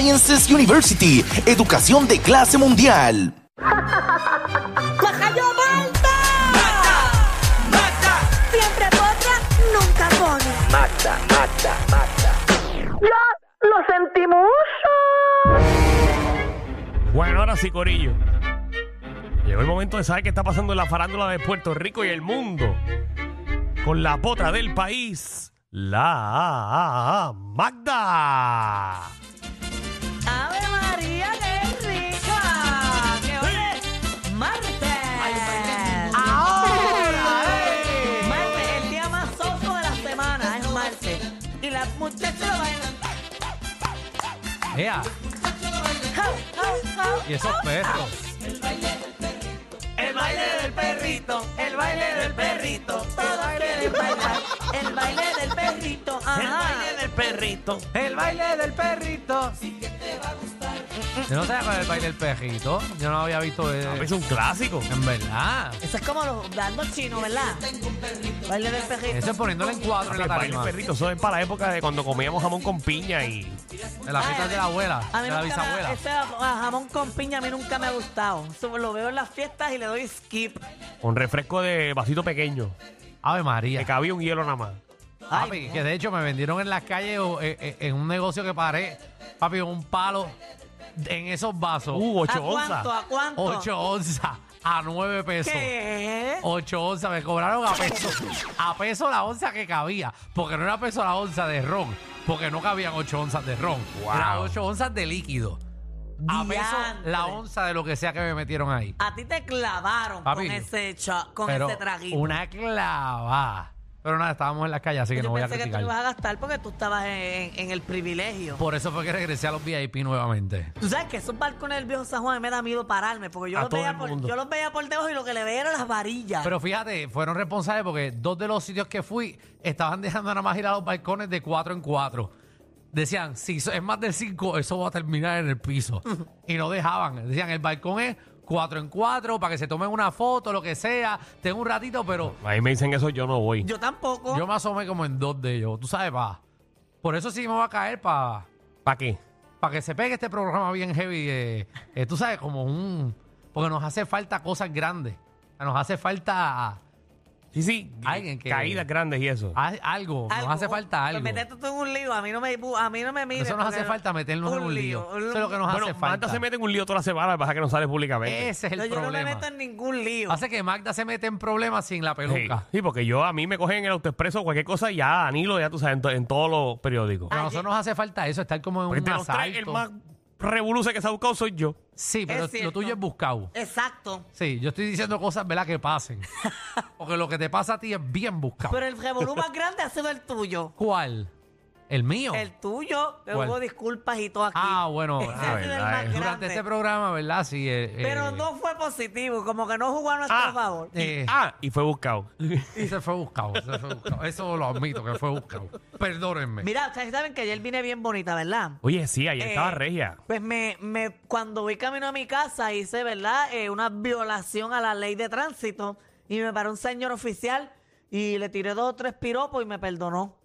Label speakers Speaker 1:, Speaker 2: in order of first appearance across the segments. Speaker 1: Sciences University, educación de clase mundial.
Speaker 2: ¡Guajayo Malta! Siempre potra, nunca pone. ¡Ya lo sentimos!
Speaker 3: Bueno, ahora sí, Corillo. Llegó el momento de saber qué está pasando en la farándula de Puerto Rico y el mundo. Con la potra del país, la Magda.
Speaker 2: ¡Ave María, qué rica! ¡Qué hoy martes!
Speaker 4: eh.
Speaker 2: ¡Ahora! eh, Martes, el día más soso de la semana es martes. Y las muchachas lo bailan. ¡Ja,
Speaker 4: Ea,
Speaker 2: ja, ja!
Speaker 4: y esos perros.
Speaker 2: El baile del perrito, el baile del perrito, todo quieren bailar. El baile del perrito, ajá.
Speaker 4: El baile del perrito. Sí que te va a gustar. Yo no sabía cuál era el baile del perrito. Yo no había visto. eh,
Speaker 3: Es un clásico.
Speaker 4: en verdad.
Speaker 2: Eso es como los bandos chinos, ¿verdad? Baile del perrito.
Speaker 4: Eso es poniéndole en cuatro en la
Speaker 3: El baile
Speaker 4: tarima.
Speaker 3: perrito, eso es para la época de cuando comíamos jamón con piña y
Speaker 4: En las fiestas de la abuela,
Speaker 2: A mí
Speaker 4: de la
Speaker 2: nunca me-
Speaker 4: bisabuela.
Speaker 2: ese ah, jamón con piña a mí nunca me ha gustado. Eso Lo veo en las fiestas y le doy skip.
Speaker 3: con refresco de vasito pequeño.
Speaker 4: Ave
Speaker 3: Que
Speaker 4: María.
Speaker 3: cabía un hielo nada más.
Speaker 4: Papi, que de hecho me vendieron en las calles o, eh, eh, en un negocio que paré. Papi, con un palo en esos vasos.
Speaker 3: Uh,
Speaker 2: ¿A
Speaker 3: 8
Speaker 2: cuánto?
Speaker 3: onzas.
Speaker 2: ¿A cuánto?
Speaker 4: 8 onzas a 9 pesos.
Speaker 2: ¿Qué?
Speaker 4: 8 onzas, me cobraron a peso. A peso la onza que cabía. Porque no era peso la onza de ron. Porque no cabían 8 onzas de ron.
Speaker 3: Wow.
Speaker 4: Eran 8 onzas de líquido. A peso
Speaker 2: Diantre.
Speaker 4: la onza de lo que sea que me metieron ahí.
Speaker 2: A ti te clavaron
Speaker 4: Papi,
Speaker 2: con ese cho- con
Speaker 4: Pero
Speaker 2: ese traguito.
Speaker 4: una clava. Pero nada, estábamos en la calle, así que
Speaker 2: Yo
Speaker 4: no voy a
Speaker 2: pensé que tú ibas
Speaker 4: criticar.
Speaker 2: a gastar porque tú estabas en, en el privilegio.
Speaker 4: Por eso fue que regresé a los VIP nuevamente.
Speaker 2: Tú sabes que esos balcones del viejo San Juan me da miedo pararme porque yo,
Speaker 3: A
Speaker 2: los
Speaker 3: todo
Speaker 2: veía,
Speaker 3: el
Speaker 2: por,
Speaker 3: mundo.
Speaker 2: yo los veía por debajo y lo que le veía eran las varillas.
Speaker 4: Pero fíjate, fueron responsables porque dos de los sitios que fui estaban dejando nada más ir a los balcones de cuatro en cuatro. Decían, si eso es más de cinco, eso va a terminar en el piso. y no dejaban. Decían, el balcón es cuatro en cuatro para que se tomen una foto, lo que sea. Tengo un ratito, pero
Speaker 3: Ahí me dicen eso, yo no voy.
Speaker 2: yo tampoco.
Speaker 4: yo me asomé como en dos de ellos. Tú sabes, pa. Por eso sí me va a caer para
Speaker 3: ¿Para qué?
Speaker 4: para que se pegue este programa bien heavy. eh, eh, tú sabes, como un... Porque nos hace falta cosas grandes. Nos hace falta...
Speaker 3: Sí, sí.
Speaker 4: Alguien que- Ah,
Speaker 3: Caídas grandes y eso.
Speaker 4: Haz- algo,
Speaker 2: Algo,
Speaker 4: nos hace falta
Speaker 2: pues
Speaker 4: algo.
Speaker 2: métete tú en un lío, a mí no me, bu- a mí no me mires,
Speaker 4: Eso nos hace
Speaker 2: porque-
Speaker 4: falta meternos en un lío. Eso es lo que nos
Speaker 3: bueno,
Speaker 4: hace
Speaker 3: Magda
Speaker 4: falta.
Speaker 3: se mete en un lío toda la semana, pasa que no sale públicamente.
Speaker 4: Ese es el
Speaker 2: No, yo no me
Speaker 4: problema.
Speaker 2: meto en ningún lío.
Speaker 4: hace que Magda se mete en problemas sin la
Speaker 3: Sí,
Speaker 4: peluca.
Speaker 3: sí, porque yo a mí me cogen en el autoexpreso cualquier cosa y ya Danilo, ya tú sabes, en, to- en todos los periódicos.
Speaker 4: Pero a nosotros nos hace falta eso, estar como en
Speaker 3: Porque
Speaker 4: Ah, un
Speaker 3: de los tres, el
Speaker 4: asalto.
Speaker 3: más revoluce que se ha buscado soy yo.
Speaker 4: Sí,
Speaker 2: Es
Speaker 4: pero
Speaker 2: cierto.
Speaker 4: lo tuyo es buscado.
Speaker 2: Exacto.
Speaker 4: Sí, yo estoy diciendo cosas, ¿verdad? Que pasen. Porque lo que te pasa a ti es bien buscado.
Speaker 2: Pero el revolú más grande ha sido el tuyo.
Speaker 4: ¿Cuál? ¿El mío?
Speaker 2: El tuyo, que
Speaker 4: ¿Cuál?
Speaker 2: hubo disculpas y todo aquí.
Speaker 4: Ah, bueno,
Speaker 2: Ese
Speaker 4: ah,
Speaker 2: ha sido el más
Speaker 3: verdad, eh.
Speaker 2: grande.
Speaker 4: Durante este programa, ¿verdad? Sí. eh,
Speaker 2: Pero
Speaker 4: eh,
Speaker 2: no fue positivo, como que no jugó a nuestro
Speaker 3: Ah.
Speaker 2: favor.
Speaker 4: eh,
Speaker 3: Ah, y fue buscado.
Speaker 4: se fue buscado, se fue buscado. Eso lo admito, que fue buscado. Perdónenme.
Speaker 2: Mira, ustedes saben que ayer vine bien bonita, ¿verdad?
Speaker 3: Oye, sí, ayer
Speaker 2: Eh,
Speaker 3: estaba regia.
Speaker 2: Pues me, me, cuando voy camino a mi casa hice, ¿verdad? Eh, una violación a la ley de tránsito y me paró un señor oficial y le tiré dos o tres piropos y me perdonó.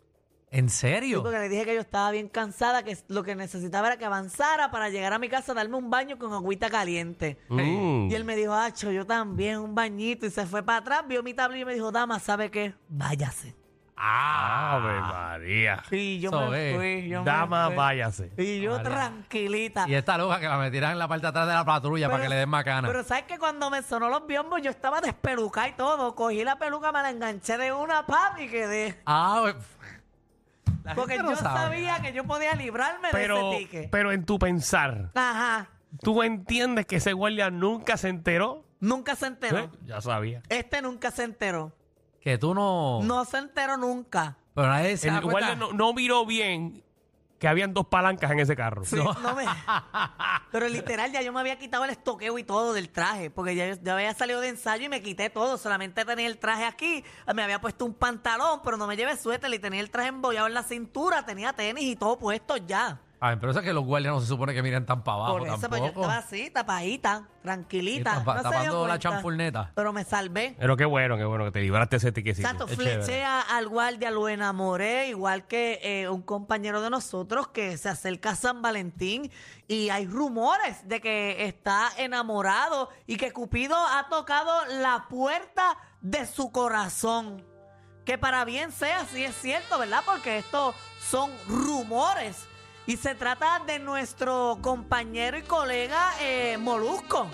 Speaker 4: ¿En
Speaker 2: Sí,
Speaker 4: serio?
Speaker 2: porque le dije que yo estaba bien cansada, que lo que necesitaba era que avanzara para llegar a mi casa, darme un baño con agüita caliente.
Speaker 3: Mm.
Speaker 2: Y él me dijo, Acho, yo también, un bañito. Y se fue para atrás, vio mi tablilla y me dijo, Dama, ¿sabe qué? Váyase.
Speaker 3: Ave María.
Speaker 2: Y yo
Speaker 4: Eso
Speaker 2: me
Speaker 4: es.
Speaker 2: fui, yo me
Speaker 3: Ah. Dama,
Speaker 2: fui.
Speaker 3: váyase.
Speaker 2: Y yo
Speaker 4: María.
Speaker 2: tranquilita.
Speaker 4: Y esta loca que la metirán en la parte de atrás de la patrulla para
Speaker 2: Pero-
Speaker 4: que le den macana.
Speaker 2: Pero sabes que cuando me sonó los biombos, yo estaba despelucada y todo. Cogí la peluca, me la enganché de una pap y quedé.
Speaker 4: ah, pues, la gente
Speaker 2: Porque
Speaker 4: no
Speaker 2: yo
Speaker 4: sabe.
Speaker 2: sabía que yo podía librarme
Speaker 3: Pero,
Speaker 2: de ese tique.
Speaker 3: pero en tu pensar,
Speaker 2: Ajá.
Speaker 3: ¿tú entiendes que ese guardia nunca se enteró?
Speaker 2: Nunca se enteró.
Speaker 3: ¿Eh? Ya sabía.
Speaker 2: Este nunca se enteró.
Speaker 4: que tú no.
Speaker 2: No se enteró nunca.
Speaker 4: Pero nadie se
Speaker 3: El
Speaker 4: da cuenta.
Speaker 3: guardia no, no miró bien que habían dos palancas en ese carro.
Speaker 2: Sí, no me- Pero literal, ya yo me había quitado el estoqueo y todo del traje, porque ya, ya había salido de ensayo y me quité todo. Solamente tenía el traje aquí. Me había puesto un pantalón, pero no me llevé suéter y tenía el traje embollado en la cintura, tenía tenis y todo puesto ya.
Speaker 4: Ay, Ah, pero eso es que los guardias no se supone que miran tan para abajo
Speaker 2: Por eso, pero yo
Speaker 4: tampoco.
Speaker 2: estaba así, tapadita, tranquilita.
Speaker 4: Y tapa-
Speaker 2: no se dio
Speaker 4: tapando la
Speaker 2: cuenta.
Speaker 4: champurneta.
Speaker 2: Pero me salvé.
Speaker 3: Pero qué bueno, qué bueno que te libraste ese tiquecito.
Speaker 2: Exacto,
Speaker 3: Es chévere.
Speaker 2: fleché a- al guardia, lo enamoré, igual que eh, un compañero de nosotros que se acerca a San Valentín y hay rumores de que está enamorado y que Cupido ha tocado la puerta de su corazón. Que para bien sea, sí es cierto, ¿verdad? Porque estos son rumores. Y se trata de nuestro compañero y colega eh, Molusco.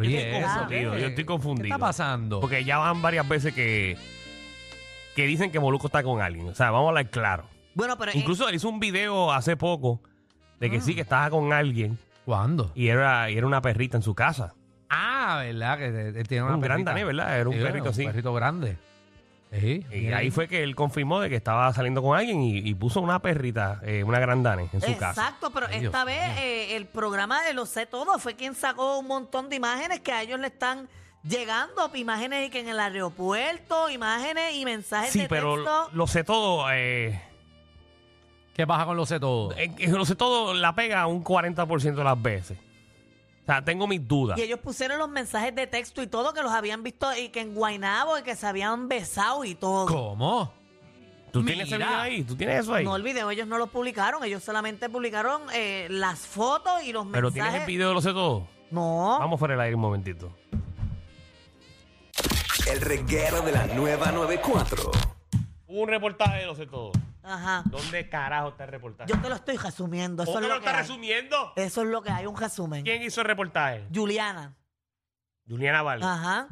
Speaker 3: Oye,
Speaker 2: Qué
Speaker 3: eso,
Speaker 2: cosa,
Speaker 3: tío,
Speaker 4: ¿eh?
Speaker 3: yo estoy
Speaker 4: ¿Qué
Speaker 3: confundido.
Speaker 4: está pasando?
Speaker 3: Porque ya van varias veces que, que dicen que Molusco está con alguien. O sea, vamos a hablar claro.
Speaker 2: Bueno, pero... eh,
Speaker 3: Incluso él hizo un video hace poco de que sí, que estaba con alguien
Speaker 4: ¿Cuándo?
Speaker 3: y era, y era una perrita en su casa.
Speaker 4: Ah, ¿verdad? Que te- te tiene una
Speaker 3: un gran
Speaker 4: perrita.
Speaker 3: Dané, ¿verdad? Era un
Speaker 4: Sí,
Speaker 3: perrito así.
Speaker 4: Un perrito grande. Sí.
Speaker 3: Y
Speaker 4: mira.
Speaker 3: ahí fue que él confirmó de que estaba saliendo con alguien y, y puso una perrita, eh, una gran Dané en su casa.
Speaker 2: Exacto, pero
Speaker 4: Ay, Dios
Speaker 2: esta vez
Speaker 4: mío.
Speaker 2: eh, el programa de Lo Sé Todo fue quien sacó un montón de imágenes que a ellos le están llegando. Imágenes y que en el aeropuerto, imágenes y mensajes
Speaker 3: Sí,
Speaker 2: de
Speaker 3: pero
Speaker 2: texto.
Speaker 3: lo sé todo. eh,
Speaker 4: ¿Qué pasa con los setos?
Speaker 3: eh, eh, lo sé todo la pega un 40% de las veces. O sea, tengo mis dudas.
Speaker 2: Y ellos pusieron los mensajes de texto y todo que los habían visto y que en Guaynabo y que se habían besado y todo.
Speaker 4: ¿Cómo?
Speaker 3: ¿Tú tienes ese
Speaker 4: Mira.
Speaker 3: video ahí? ¿Tú tienes eso ahí?
Speaker 2: No, el video ellos no lo publicaron, ellos solamente publicaron eh, las fotos y los
Speaker 3: pero
Speaker 2: mensajes.
Speaker 3: tienes el video de lo sé todo.
Speaker 2: No.
Speaker 3: Vamos fuera del aire un momentito.
Speaker 5: El reguero de la nueva 94.
Speaker 3: Hubo un reportaje de lo sé todo.
Speaker 2: Ajá.
Speaker 3: ¿Dónde carajo está el reportaje?
Speaker 2: Yo te lo estoy resumiendo. Eso es
Speaker 3: ¿Otro
Speaker 2: lo
Speaker 3: lo
Speaker 2: que
Speaker 3: está
Speaker 2: hay. Eh.
Speaker 3: resumiendo?
Speaker 2: Eso es lo que hay, un resumen.
Speaker 3: ¿Quién hizo el reportaje?
Speaker 2: Juliana.
Speaker 3: Juliana Valle.
Speaker 2: Ajá.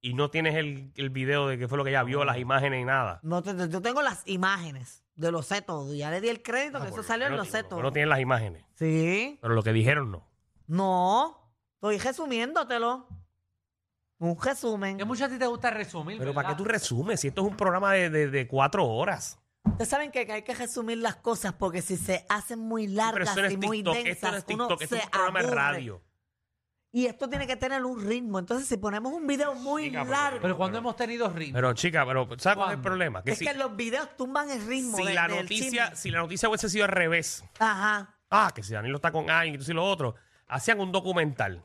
Speaker 3: Y no tienes el, el video de qué fue lo que ella vio, las imágenes y nada.
Speaker 2: No, te- te- yo tengo las imágenes de lo sé todo. Ya le di el crédito que eso salió en
Speaker 3: no,
Speaker 2: lo
Speaker 3: Ah, ti-
Speaker 2: sé
Speaker 3: no,
Speaker 2: todo.
Speaker 3: No tienes las imágenes.
Speaker 2: Sí.
Speaker 3: Pero lo que dijeron no.
Speaker 2: No. Estoy resumiéndotelo. Un resumen.
Speaker 4: Que mucho a ti te gusta resumir.
Speaker 3: Pero
Speaker 4: ¿verdad?
Speaker 3: ¿para qué tú resumes? Si esto es un programa de, de- de cuatro horas.
Speaker 2: Ustedes saben que, que hay que resumir las cosas porque si se hacen muy
Speaker 3: Pero
Speaker 2: largas
Speaker 3: eso no
Speaker 2: y
Speaker 3: es
Speaker 2: muy
Speaker 3: TikTok, esto no
Speaker 2: densas,
Speaker 3: es
Speaker 2: uno
Speaker 3: TikTok, esto
Speaker 2: se
Speaker 3: es un programa de
Speaker 2: aburre.
Speaker 3: radio.
Speaker 2: Y esto tiene que tener un ritmo. Entonces, si ponemos un video muy
Speaker 3: Chica, pero-
Speaker 2: largo,
Speaker 4: Pero cuando hemos tenido ritmo.
Speaker 3: Pero chica, pero ¿sabes cuál es el
Speaker 4: ¿Cuándo?
Speaker 3: problema? Que
Speaker 2: es
Speaker 3: si,
Speaker 2: que los videos tumban el ritmo.
Speaker 3: si
Speaker 2: de-
Speaker 3: la
Speaker 2: del
Speaker 3: noticia,
Speaker 2: chisme.
Speaker 3: si la noticia hubiese sido al revés,
Speaker 2: Ajá.
Speaker 3: ah, que si Danilo está con alguien y tú sí lo otro, hacían un documental.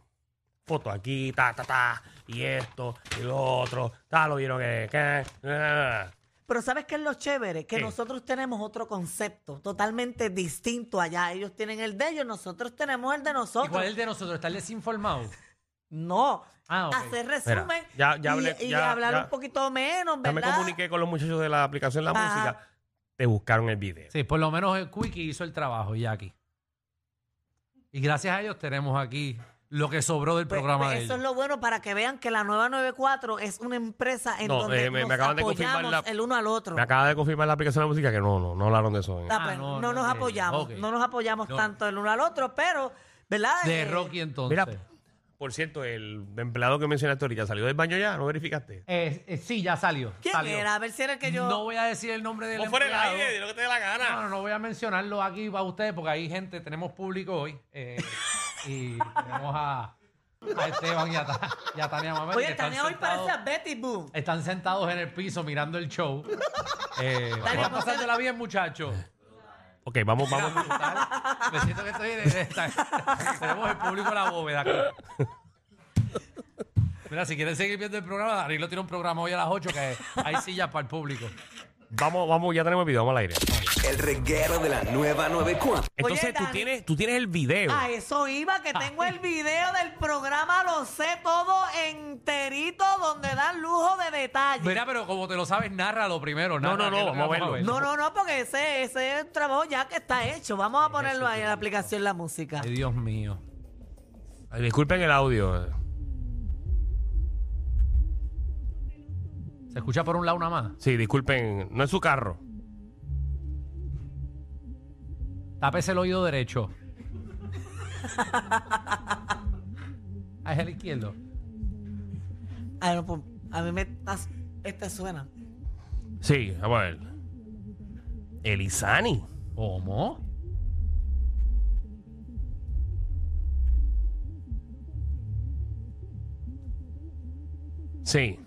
Speaker 3: Foto aquí, ta, ta, ta, y esto, y lo otro, ta, lo vieron eh, que... que- ah.
Speaker 2: Pero ¿sabes qué es lo chévere? Que
Speaker 3: ¿Qué?
Speaker 2: nosotros tenemos otro concepto totalmente distinto allá. Ellos tienen el de ellos, nosotros tenemos el de nosotros.
Speaker 4: ¿Y cuál es el de nosotros? ¿Estar desinformado?
Speaker 2: No.
Speaker 4: Ah, ok.
Speaker 2: Hacer resumen
Speaker 3: Mira, ya- ya
Speaker 2: y-
Speaker 3: hablé-
Speaker 2: y,
Speaker 3: ya-
Speaker 2: hablar
Speaker 3: ya-
Speaker 2: un poquito menos,
Speaker 3: Ya me
Speaker 2: ¿verdad?
Speaker 3: comuniqué con los muchachos de la aplicación La
Speaker 2: Ajá.
Speaker 3: Música. Te buscaron el video.
Speaker 4: Sí, por lo menos el Quickie hizo el trabajo, Jackie. Y gracias a ellos tenemos aquí lo que sobró del
Speaker 2: Pues-
Speaker 4: programa
Speaker 2: pues
Speaker 4: de
Speaker 2: eso es
Speaker 4: ellos.
Speaker 2: lo bueno para que vean que la nueva 94 es una empresa en
Speaker 3: No,
Speaker 2: donde
Speaker 3: eh, me-
Speaker 2: nos
Speaker 3: me acaban de confirmar
Speaker 2: apoyamos
Speaker 3: la-
Speaker 2: el uno al otro.
Speaker 3: Me acaba de confirmar la aplicación La Música que no, no, no hablaron de eso. ¿eh?
Speaker 2: Ah,
Speaker 4: Ah,
Speaker 2: pues, no,
Speaker 4: no, no,
Speaker 2: nos
Speaker 4: de-
Speaker 2: apoyamos,
Speaker 4: ok.
Speaker 2: no nos apoyamos
Speaker 4: No.
Speaker 2: tanto el uno al otro, pero, ¿verdad?
Speaker 4: De
Speaker 2: Eh,
Speaker 4: Rocky entonces.
Speaker 3: Mira, por cierto, el empleado que mencionaste ahorita salió del baño ya, ¿no verificaste?
Speaker 4: Eh, eh, sí, ya salió.
Speaker 2: ¿Quién
Speaker 4: salió.
Speaker 2: era? A ver si era el que yo...
Speaker 4: No voy a decir el nombre del
Speaker 3: No fuera el
Speaker 4: empleado.
Speaker 3: aire, di lo que te dé la
Speaker 4: No,
Speaker 3: gana.
Speaker 4: no, no voy a mencionarlo aquí para ustedes porque hay gente, tenemos público hoy. eh, y tenemos a, a Esteban y a, Ta- y a Tania Mameli. que
Speaker 2: Oye,
Speaker 4: están
Speaker 2: Tania hoy
Speaker 4: sentados-
Speaker 2: parece a Betty Boom.
Speaker 4: Están sentados en el piso mirando el show. Eh,
Speaker 2: Tania,
Speaker 4: ¿Están pasándola bien, muchachos?
Speaker 3: Ok, vamos, vamos.
Speaker 4: Me siento que estoy en esta. Tenemos el público en la bóveda. aquí. Mira, si quieren seguir viendo el programa, Danilo tiene un programa hoy a las 8 que hay sillas para el público.
Speaker 3: vamos, vamos, ya tenemos el video, vamos al aire.
Speaker 5: El reguero de la nueva 94.
Speaker 3: Entonces tú,
Speaker 2: Dani.
Speaker 3: tienes, tú tienes el video.
Speaker 2: A eso iba, que tengo el video del programa Lo sé todo enterito, donde dan lujo de detalle.
Speaker 4: Mira, pero como te lo sabes, narra lo primero.
Speaker 3: no, no,
Speaker 4: narra qué es lo que
Speaker 3: vamos a verlo.
Speaker 2: no, no, no, porque ese, ese es un trabajo ya que está hecho. Vamos a ponerlo ahí en la aplicación La Música.
Speaker 4: Ay, Dios mío.
Speaker 3: Ay, disculpen el audio.
Speaker 4: Se escucha por un lado una más.
Speaker 3: Sí, disculpen, no es su carro.
Speaker 4: Tápese el oído derecho. Ah, es el izquierdo.
Speaker 2: Ay, no, pues, a mí me está- este suena.
Speaker 3: Sí, vamos a ver. Elizani.
Speaker 4: ¿Cómo?
Speaker 3: Sí.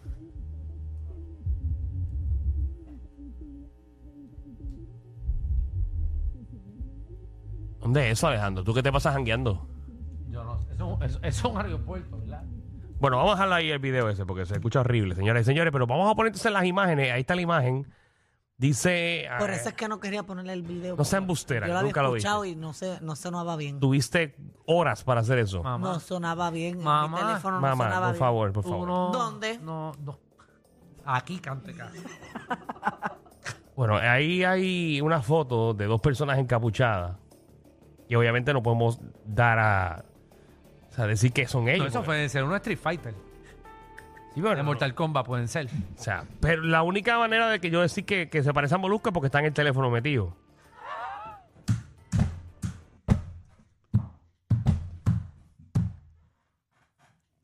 Speaker 3: ¿Dónde es eso, Alejandro? ¿Tú qué te pasas jangueando?
Speaker 4: Yo no sé. Eso, eso- eso es un aeropuerto, ¿verdad?
Speaker 3: Bueno, vamos a dejar ahí el video ese porque se escucha horrible, señoras y señores. Pero vamos a poner entonces las imágenes. Ahí está la imagen. Dice.
Speaker 2: Por
Speaker 3: eh,
Speaker 2: eso es que no quería ponerle el video.
Speaker 3: No sea
Speaker 2: porque
Speaker 3: embustera,
Speaker 2: Yo lo había
Speaker 3: nunca lo dije.
Speaker 2: escuchado y no se, no sonaba bien.
Speaker 3: Tuviste horas para hacer eso.
Speaker 4: Mamá.
Speaker 2: No sonaba bien.
Speaker 4: Mamá,
Speaker 2: Mi teléfono Ah, no
Speaker 3: Mamá,
Speaker 2: sonaba
Speaker 3: por
Speaker 2: bien.
Speaker 3: favor, por
Speaker 4: Tú
Speaker 3: favor.
Speaker 4: no-
Speaker 2: ¿Dónde?
Speaker 4: No, no. Aquí canteca.
Speaker 3: Bueno, ahí hay una foto de dos personas encapuchadas. Y obviamente no podemos dar a. O sea, decir que son ellos.
Speaker 4: No, eso
Speaker 3: porque-
Speaker 4: puede ser un Street Fighter.
Speaker 3: Sí, bueno,
Speaker 4: De
Speaker 3: no-
Speaker 4: Mortal Kombat pueden ser.
Speaker 3: O sea, pero la única manera de que yo decir que, que se parece a Molusco es porque está en el teléfono metido.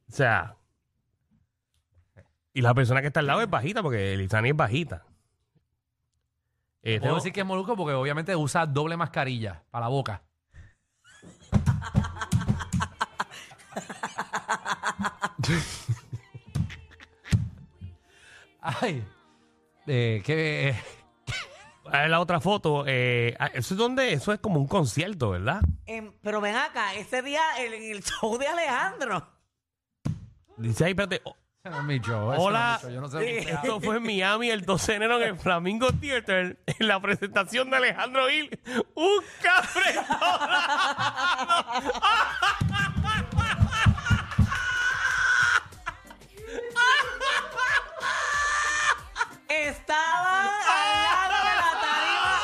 Speaker 3: O sea. Y la persona que está al lado es bajita, porque Lizani es bajita. Eh,
Speaker 4: Puedo
Speaker 3: tengo-
Speaker 4: decir que es molusco porque obviamente usa doble mascarilla para la boca. Ay, eh, que
Speaker 3: Ah, La otra foto, eh, ah, eso es donde, eso es como un concierto, ¿verdad?
Speaker 2: Em, pero ven acá, ese día en el, show de Alejandro.
Speaker 3: Dice ahí, espérate, o-
Speaker 4: Ese no es mi show, ese
Speaker 3: Hola.
Speaker 4: no es mi show, yo no sé dónde sea.
Speaker 3: esto fue en Miami el 12 de enero en el Flamingo Theater, en la presentación de Alejandro Gil, un cafre.
Speaker 2: Estaban al lado de la
Speaker 3: Ah.
Speaker 2: tarima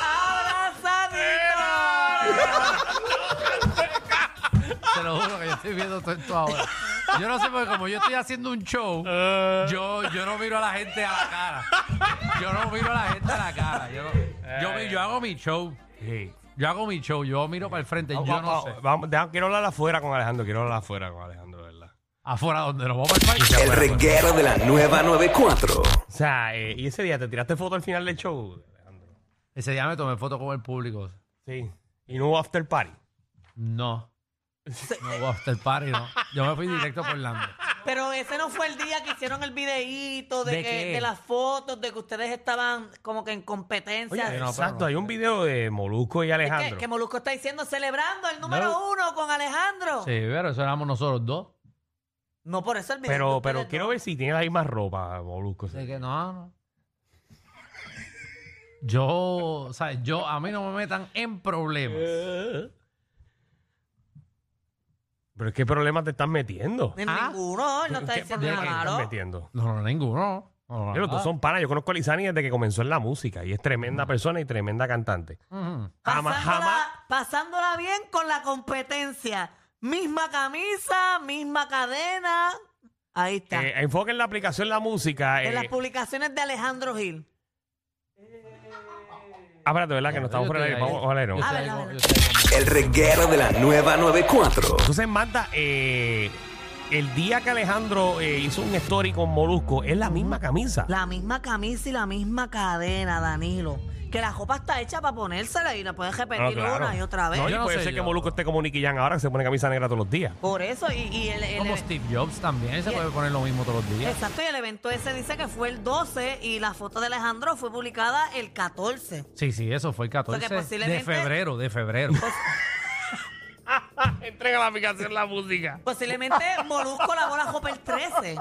Speaker 4: Te lo juro que yo estoy viendo todo esto ahora. Yo no sé porque como yo estoy haciendo un show, yo, yo no miro a la gente a la cara. Yo no miro a la gente a la cara. Yo, no- yo, mi- yo hago mi show.
Speaker 3: Sí.
Speaker 4: Yo hago mi show. Yo miro para el frente. Yo
Speaker 3: Vamos,
Speaker 4: no
Speaker 3: vamos,
Speaker 4: sé.
Speaker 3: vamos, deja- quiero hablar afuera con Alejandro, quiero hablar afuera con Alejandro, ¿verdad?
Speaker 4: Afuera donde nos vamos al país.
Speaker 5: El reguero de la nueva 94.
Speaker 3: O sea, eh, y ese día te tiraste foto al final del show, Alejandro.
Speaker 4: Ese día me tomé foto con el público.
Speaker 3: Sí. Y no hubo after party.
Speaker 4: No. No hubo after party, no. Yo me fui directo por Orlando.
Speaker 2: Pero ese no fue el día que hicieron el videíto de, que-
Speaker 4: ¿De qué?
Speaker 2: de las fotos, de que ustedes estaban como que en competencia.
Speaker 3: Oye,
Speaker 4: no, pero
Speaker 3: exacto,
Speaker 4: no.
Speaker 3: hay un video de Molusco y
Speaker 2: Es que-
Speaker 3: Alejandro.
Speaker 2: Que, Molusco está diciendo celebrando el número uno con Alejandro.
Speaker 4: Sí, pero eso éramos nosotros dos.
Speaker 2: No por eso el video.
Speaker 3: Pero, pero quiero ver si tiene la misma ropa, Molusco.
Speaker 4: De que no, no. Yo, o sea, yo, a mí no me metan en problemas.
Speaker 3: Pero es que problemas te estás metiendo.
Speaker 2: En
Speaker 4: Ah.
Speaker 2: ninguno, él no está
Speaker 3: ¿Qué
Speaker 2: diciendo
Speaker 3: problemas
Speaker 2: nada
Speaker 3: te estás
Speaker 2: malo.
Speaker 3: metiendo?
Speaker 4: No, no, ninguno. No, no,
Speaker 3: Pero tú
Speaker 4: nada.
Speaker 3: son panas. Yo conozco a Lizani desde que comenzó en la música y es tremenda
Speaker 4: Mm.
Speaker 3: persona y tremenda cantante.
Speaker 4: Ujú.
Speaker 3: Jamás,
Speaker 2: Pasándola,
Speaker 3: jamás.
Speaker 2: pasándola bien con la competencia. Misma camisa, misma cadena. Ahí está.
Speaker 3: Eh, enfoque en la aplicación la música.
Speaker 2: en
Speaker 3: eh,
Speaker 2: las publicaciones de Alejandro Gil.
Speaker 3: ah, espérate, ¿verdad? Que no estamos
Speaker 4: Yo
Speaker 3: fuera de
Speaker 4: estoy ahí.
Speaker 3: Vamos, ojalá,
Speaker 4: Yo
Speaker 3: no.
Speaker 2: Ah,
Speaker 4: estoy ahí
Speaker 2: verdad,
Speaker 4: con- yo
Speaker 2: verdad.
Speaker 4: estoy ahí con-
Speaker 5: El reguero de la nueva 94.
Speaker 3: Entonces, Marta, eh, el día que Alejandro eh, hizo un story con Molusco, es la misma camisa.
Speaker 2: La misma camisa y la misma cadena, Danilo. Que la ropa está hecha para ponérsela y la puedes repetir
Speaker 3: No, claro.
Speaker 2: una y otra vez.
Speaker 3: No, y
Speaker 4: Yo no
Speaker 3: puede
Speaker 4: sé
Speaker 3: ser que
Speaker 4: yo.
Speaker 3: Molusco esté como Nicky Jan ahora, que se pone camisa negra todos los días.
Speaker 2: Por eso, y, y el, el-
Speaker 4: Como Steve Jobs también se puede poner lo mismo todos los días.
Speaker 2: Exacto, y el evento ese dice que fue el 12 y la foto de Alejandro fue publicada el 14.
Speaker 4: Sí, sí, eso fue el 14
Speaker 2: Porque posiblemente-
Speaker 4: de febrero, de febrero.
Speaker 3: Entrega la aplicación la música.
Speaker 2: Posiblemente Molusco lavó la ropa el 13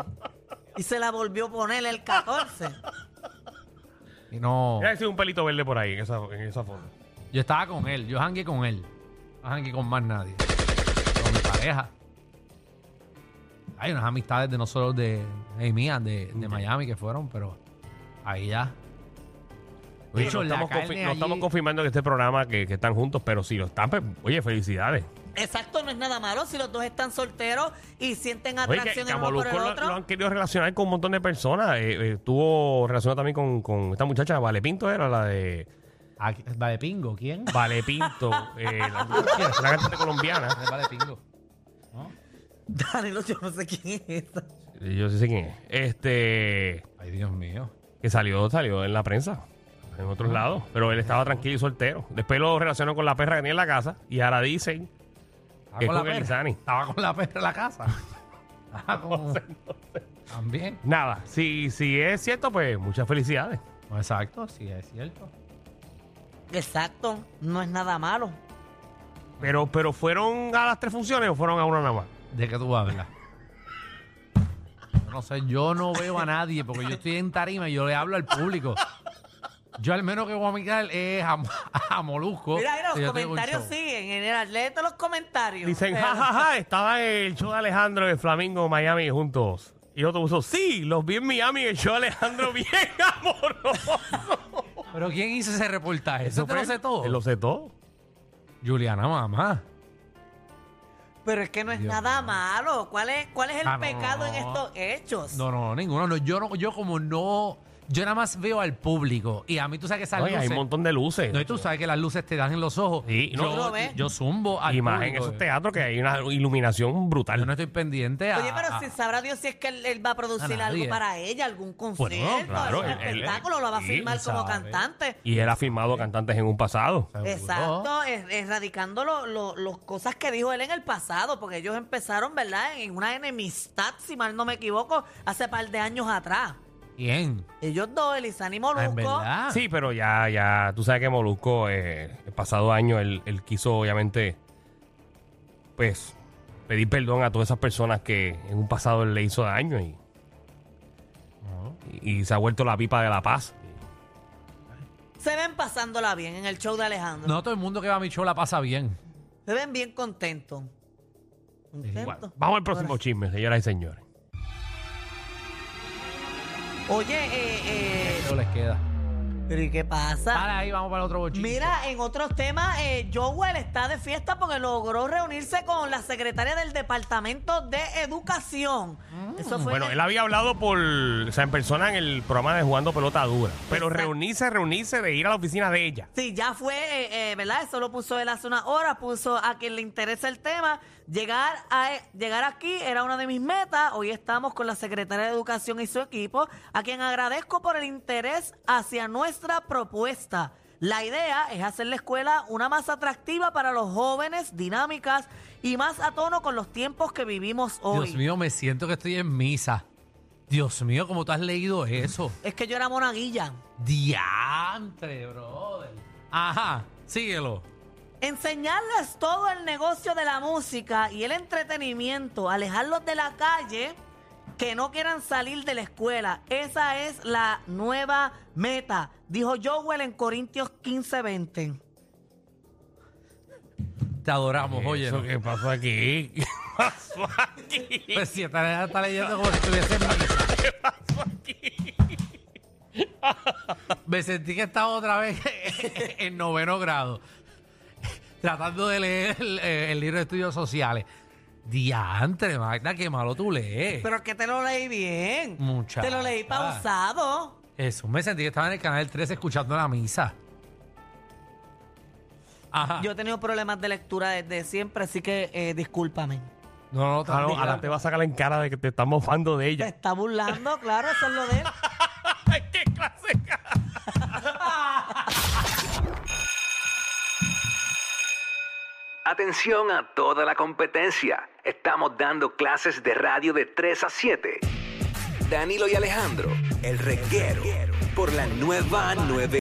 Speaker 2: y se la volvió a poner el 14.
Speaker 4: Y no,
Speaker 3: Mira si hay un pelito verde por ahí en esa, en esa foto.
Speaker 4: yo estaba con él, yo hangué con él. No hangué con más nadie. Con mi pareja. Hay unas amistades de nosotros de, y mías de, de Miami que fueron, pero ahí ya.
Speaker 3: Oye,
Speaker 4: Bicho,
Speaker 3: no,
Speaker 4: la
Speaker 3: estamos
Speaker 4: carne
Speaker 3: confi- no
Speaker 4: allí-
Speaker 3: estamos confirmando que este programa que, que están juntos, pero si lo están, pues, oye, felicidades.
Speaker 2: Exacto, no es nada malo si los dos están solteros y sienten
Speaker 3: Oye, que,
Speaker 2: atracción
Speaker 3: que a
Speaker 2: el uno por
Speaker 3: Molusco
Speaker 2: el
Speaker 3: lo,
Speaker 2: otro.
Speaker 3: lo han querido relacionar con un montón de personas. Eh, eh, tuvo relacionado también con, con esta muchacha, Vale Pinto, era la de
Speaker 4: Aquí- Vale Pingo, ¿quién?
Speaker 3: Vale Pinto, eh, la, la cantante colombiana.
Speaker 4: Vale Pingo.
Speaker 2: Danilo, yo no sé quién es esa.
Speaker 3: Eh, Yo sí sé quién es. Este,
Speaker 4: Ay, Dios mío.
Speaker 3: que salió, salió en la prensa, en
Speaker 4: Ah.
Speaker 3: otros lados, pero él estaba tranquilo y soltero. Después lo relacionó con la perra que tenía en la casa y ahora dicen
Speaker 4: Estaba
Speaker 3: que es
Speaker 4: con la
Speaker 3: con
Speaker 4: perra.
Speaker 3: Elizani.
Speaker 4: Estaba con la perra en la casa. Estaba con- También.
Speaker 3: Nada, si, si es cierto, pues muchas felicidades.
Speaker 4: No, exacto, sí, es cierto.
Speaker 2: Exacto, no es nada malo.
Speaker 3: Pero, pero fueron a las tres funciones o fueron a una nada más.
Speaker 4: ¿De qué tú hablas? Yo No sé, yo no veo a nadie porque yo estoy en tarima y yo le hablo al público. Yo al menos que voy a mirar es a, Mo- a Molusco.
Speaker 2: Mira, mira,
Speaker 4: que yo
Speaker 2: los
Speaker 4: tengo un
Speaker 2: comentarios
Speaker 4: show.
Speaker 2: siguen. En el atleta los comentarios.
Speaker 3: Dicen,
Speaker 2: Pero-
Speaker 3: ja, ja, ja, estaba el show de Alejandro y el Flamingo Miami juntos. Y otro puso, sí, los vi en Miami y el show de Alejandro bien amoroso.
Speaker 4: Pero ¿quién hizo ese reportaje? ¿Eso te lo
Speaker 3: fue-
Speaker 4: sé todo?
Speaker 3: Él lo sé todo.
Speaker 4: Juliana, mamá.
Speaker 2: Pero es que no es
Speaker 4: Dios
Speaker 2: nada malo. ¿Cuál es, cuál es el
Speaker 4: Ah, no,
Speaker 2: pecado
Speaker 4: no,
Speaker 2: en
Speaker 4: no.
Speaker 2: estos hechos?
Speaker 4: No, no, no, ninguno. No, yo, no, yo como no... Yo nada más veo al público. Y a mí tú sabes que esas
Speaker 3: Oye, hay
Speaker 4: luces...
Speaker 3: un montón de luces.
Speaker 4: No, y tú sabes que las luces te dan en los ojos.
Speaker 3: Sí, no,
Speaker 4: yo,
Speaker 2: tú lo ves.
Speaker 4: yo zumbo al
Speaker 3: y más en
Speaker 4: público.
Speaker 3: esos teatros que hay una iluminación brutal.
Speaker 4: eh. Yo no estoy pendiente a...
Speaker 2: Oye, pero
Speaker 4: a-
Speaker 2: si sabrá Dios si es que él, él va a producir
Speaker 4: A
Speaker 2: algo
Speaker 4: nadie.
Speaker 2: para ella, algún concierto,
Speaker 3: claro,
Speaker 2: algún
Speaker 3: él- él-
Speaker 2: espectáculo, lo va a
Speaker 3: sí,
Speaker 2: firmar
Speaker 4: él
Speaker 2: como
Speaker 4: sabe.
Speaker 2: cantante.
Speaker 3: Y él ha firmado a cantantes en un pasado.
Speaker 4: Seguro.
Speaker 2: Exacto, es- erradicando las cosas que dijo él en el pasado, porque ellos empezaron, ¿verdad?, en una enemistad, si mal no me equivoco, hace par de años atrás.
Speaker 4: ¿Quién?
Speaker 2: Ellos dos, Elizan y
Speaker 4: Ah,
Speaker 2: Molusco.
Speaker 4: ¿En verdad?
Speaker 3: Sí, pero ya, ya, tú sabes que Molusco, eh, el pasado año, él, él quiso obviamente, pues, pedir perdón a todas esas personas que en un pasado él le hizo daño y,
Speaker 2: Ah.
Speaker 3: y, y se ha vuelto la pipa de la paz.
Speaker 2: Se ven pasándola bien en el show de Alejandro.
Speaker 4: No todo el mundo que va a mi show la pasa bien.
Speaker 2: Se ven bien contentos. Contentos.
Speaker 3: Bueno, vamos al próximo chisme, señoras y señores.
Speaker 2: Oye, eh, eh,
Speaker 4: Eso les queda.
Speaker 2: ¿pero y qué pasa?
Speaker 4: Para ahí, vamos para el otro bochito.
Speaker 2: Mira, en otros temas, eh, Joel está de fiesta porque logró reunirse con la secretaria del Departamento de Educación. Eso fue.
Speaker 3: Mm. Bueno,
Speaker 2: en
Speaker 3: él
Speaker 2: Pues el-
Speaker 3: había hablado por, o sea, en persona en el programa de Jugando Pelota Dura, pero
Speaker 2: Exacto.
Speaker 3: reunirse, reunirse de ir a la oficina de ella.
Speaker 2: Sí, ya fue, eh, eh, ¿verdad? Eso lo puso él hace unas horas, puso a quien le interesa el tema. Llegar, a, llegar aquí era una de mis metas. Hoy estamos con la secretaria de Educación y su equipo, a quien agradezco por el interés hacia nuestra propuesta. La idea es hacer la escuela una más atractiva para los jóvenes, dinámicas y más a tono con los tiempos que vivimos hoy.
Speaker 4: Dios mío, me siento que estoy en misa. Dios mío, ¿cómo tú has leído eso?
Speaker 2: Es que yo era monaguilla.
Speaker 4: Diantre, brother. Ajá, síguelo.
Speaker 2: Enseñarles todo el negocio de la música y el entretenimiento, alejarlos de la calle, que no quieran salir de la escuela. Esa es la nueva meta, dijo Joel en Corintios 15:20.
Speaker 4: Te adoramos, oye.
Speaker 3: ¿Eso qué pasó aquí? ¿Qué pasó aquí?
Speaker 4: Pues si está, está leyendo como si estuviese en misa. Me sentí que estaba otra vez en noveno grado, tratando de leer el, eh, el libro de estudios sociales. Diantre, Magda, qué malo tú lees.
Speaker 2: Pero que te lo leí bien.
Speaker 4: Muchacha.
Speaker 2: Te lo leí pausado.
Speaker 4: Eso, me sentí que estaba en el canal 3 escuchando la misa. Ajá.
Speaker 2: Yo he tenido problemas de lectura desde siempre, así que eh, discúlpame.
Speaker 4: no, no,
Speaker 3: Claro,
Speaker 4: tranquila.
Speaker 3: ahora te va a sacar en cara de que te estamos mofando de
Speaker 2: Te
Speaker 3: ella.
Speaker 2: está burlando, claro, eso es lo de él.
Speaker 3: Ay, qué clase de cara.
Speaker 5: Atención a toda la competencia. Estamos dando clases de radio de 3 a 7. Danilo y Alejandro, el reguero, por la nueva 94.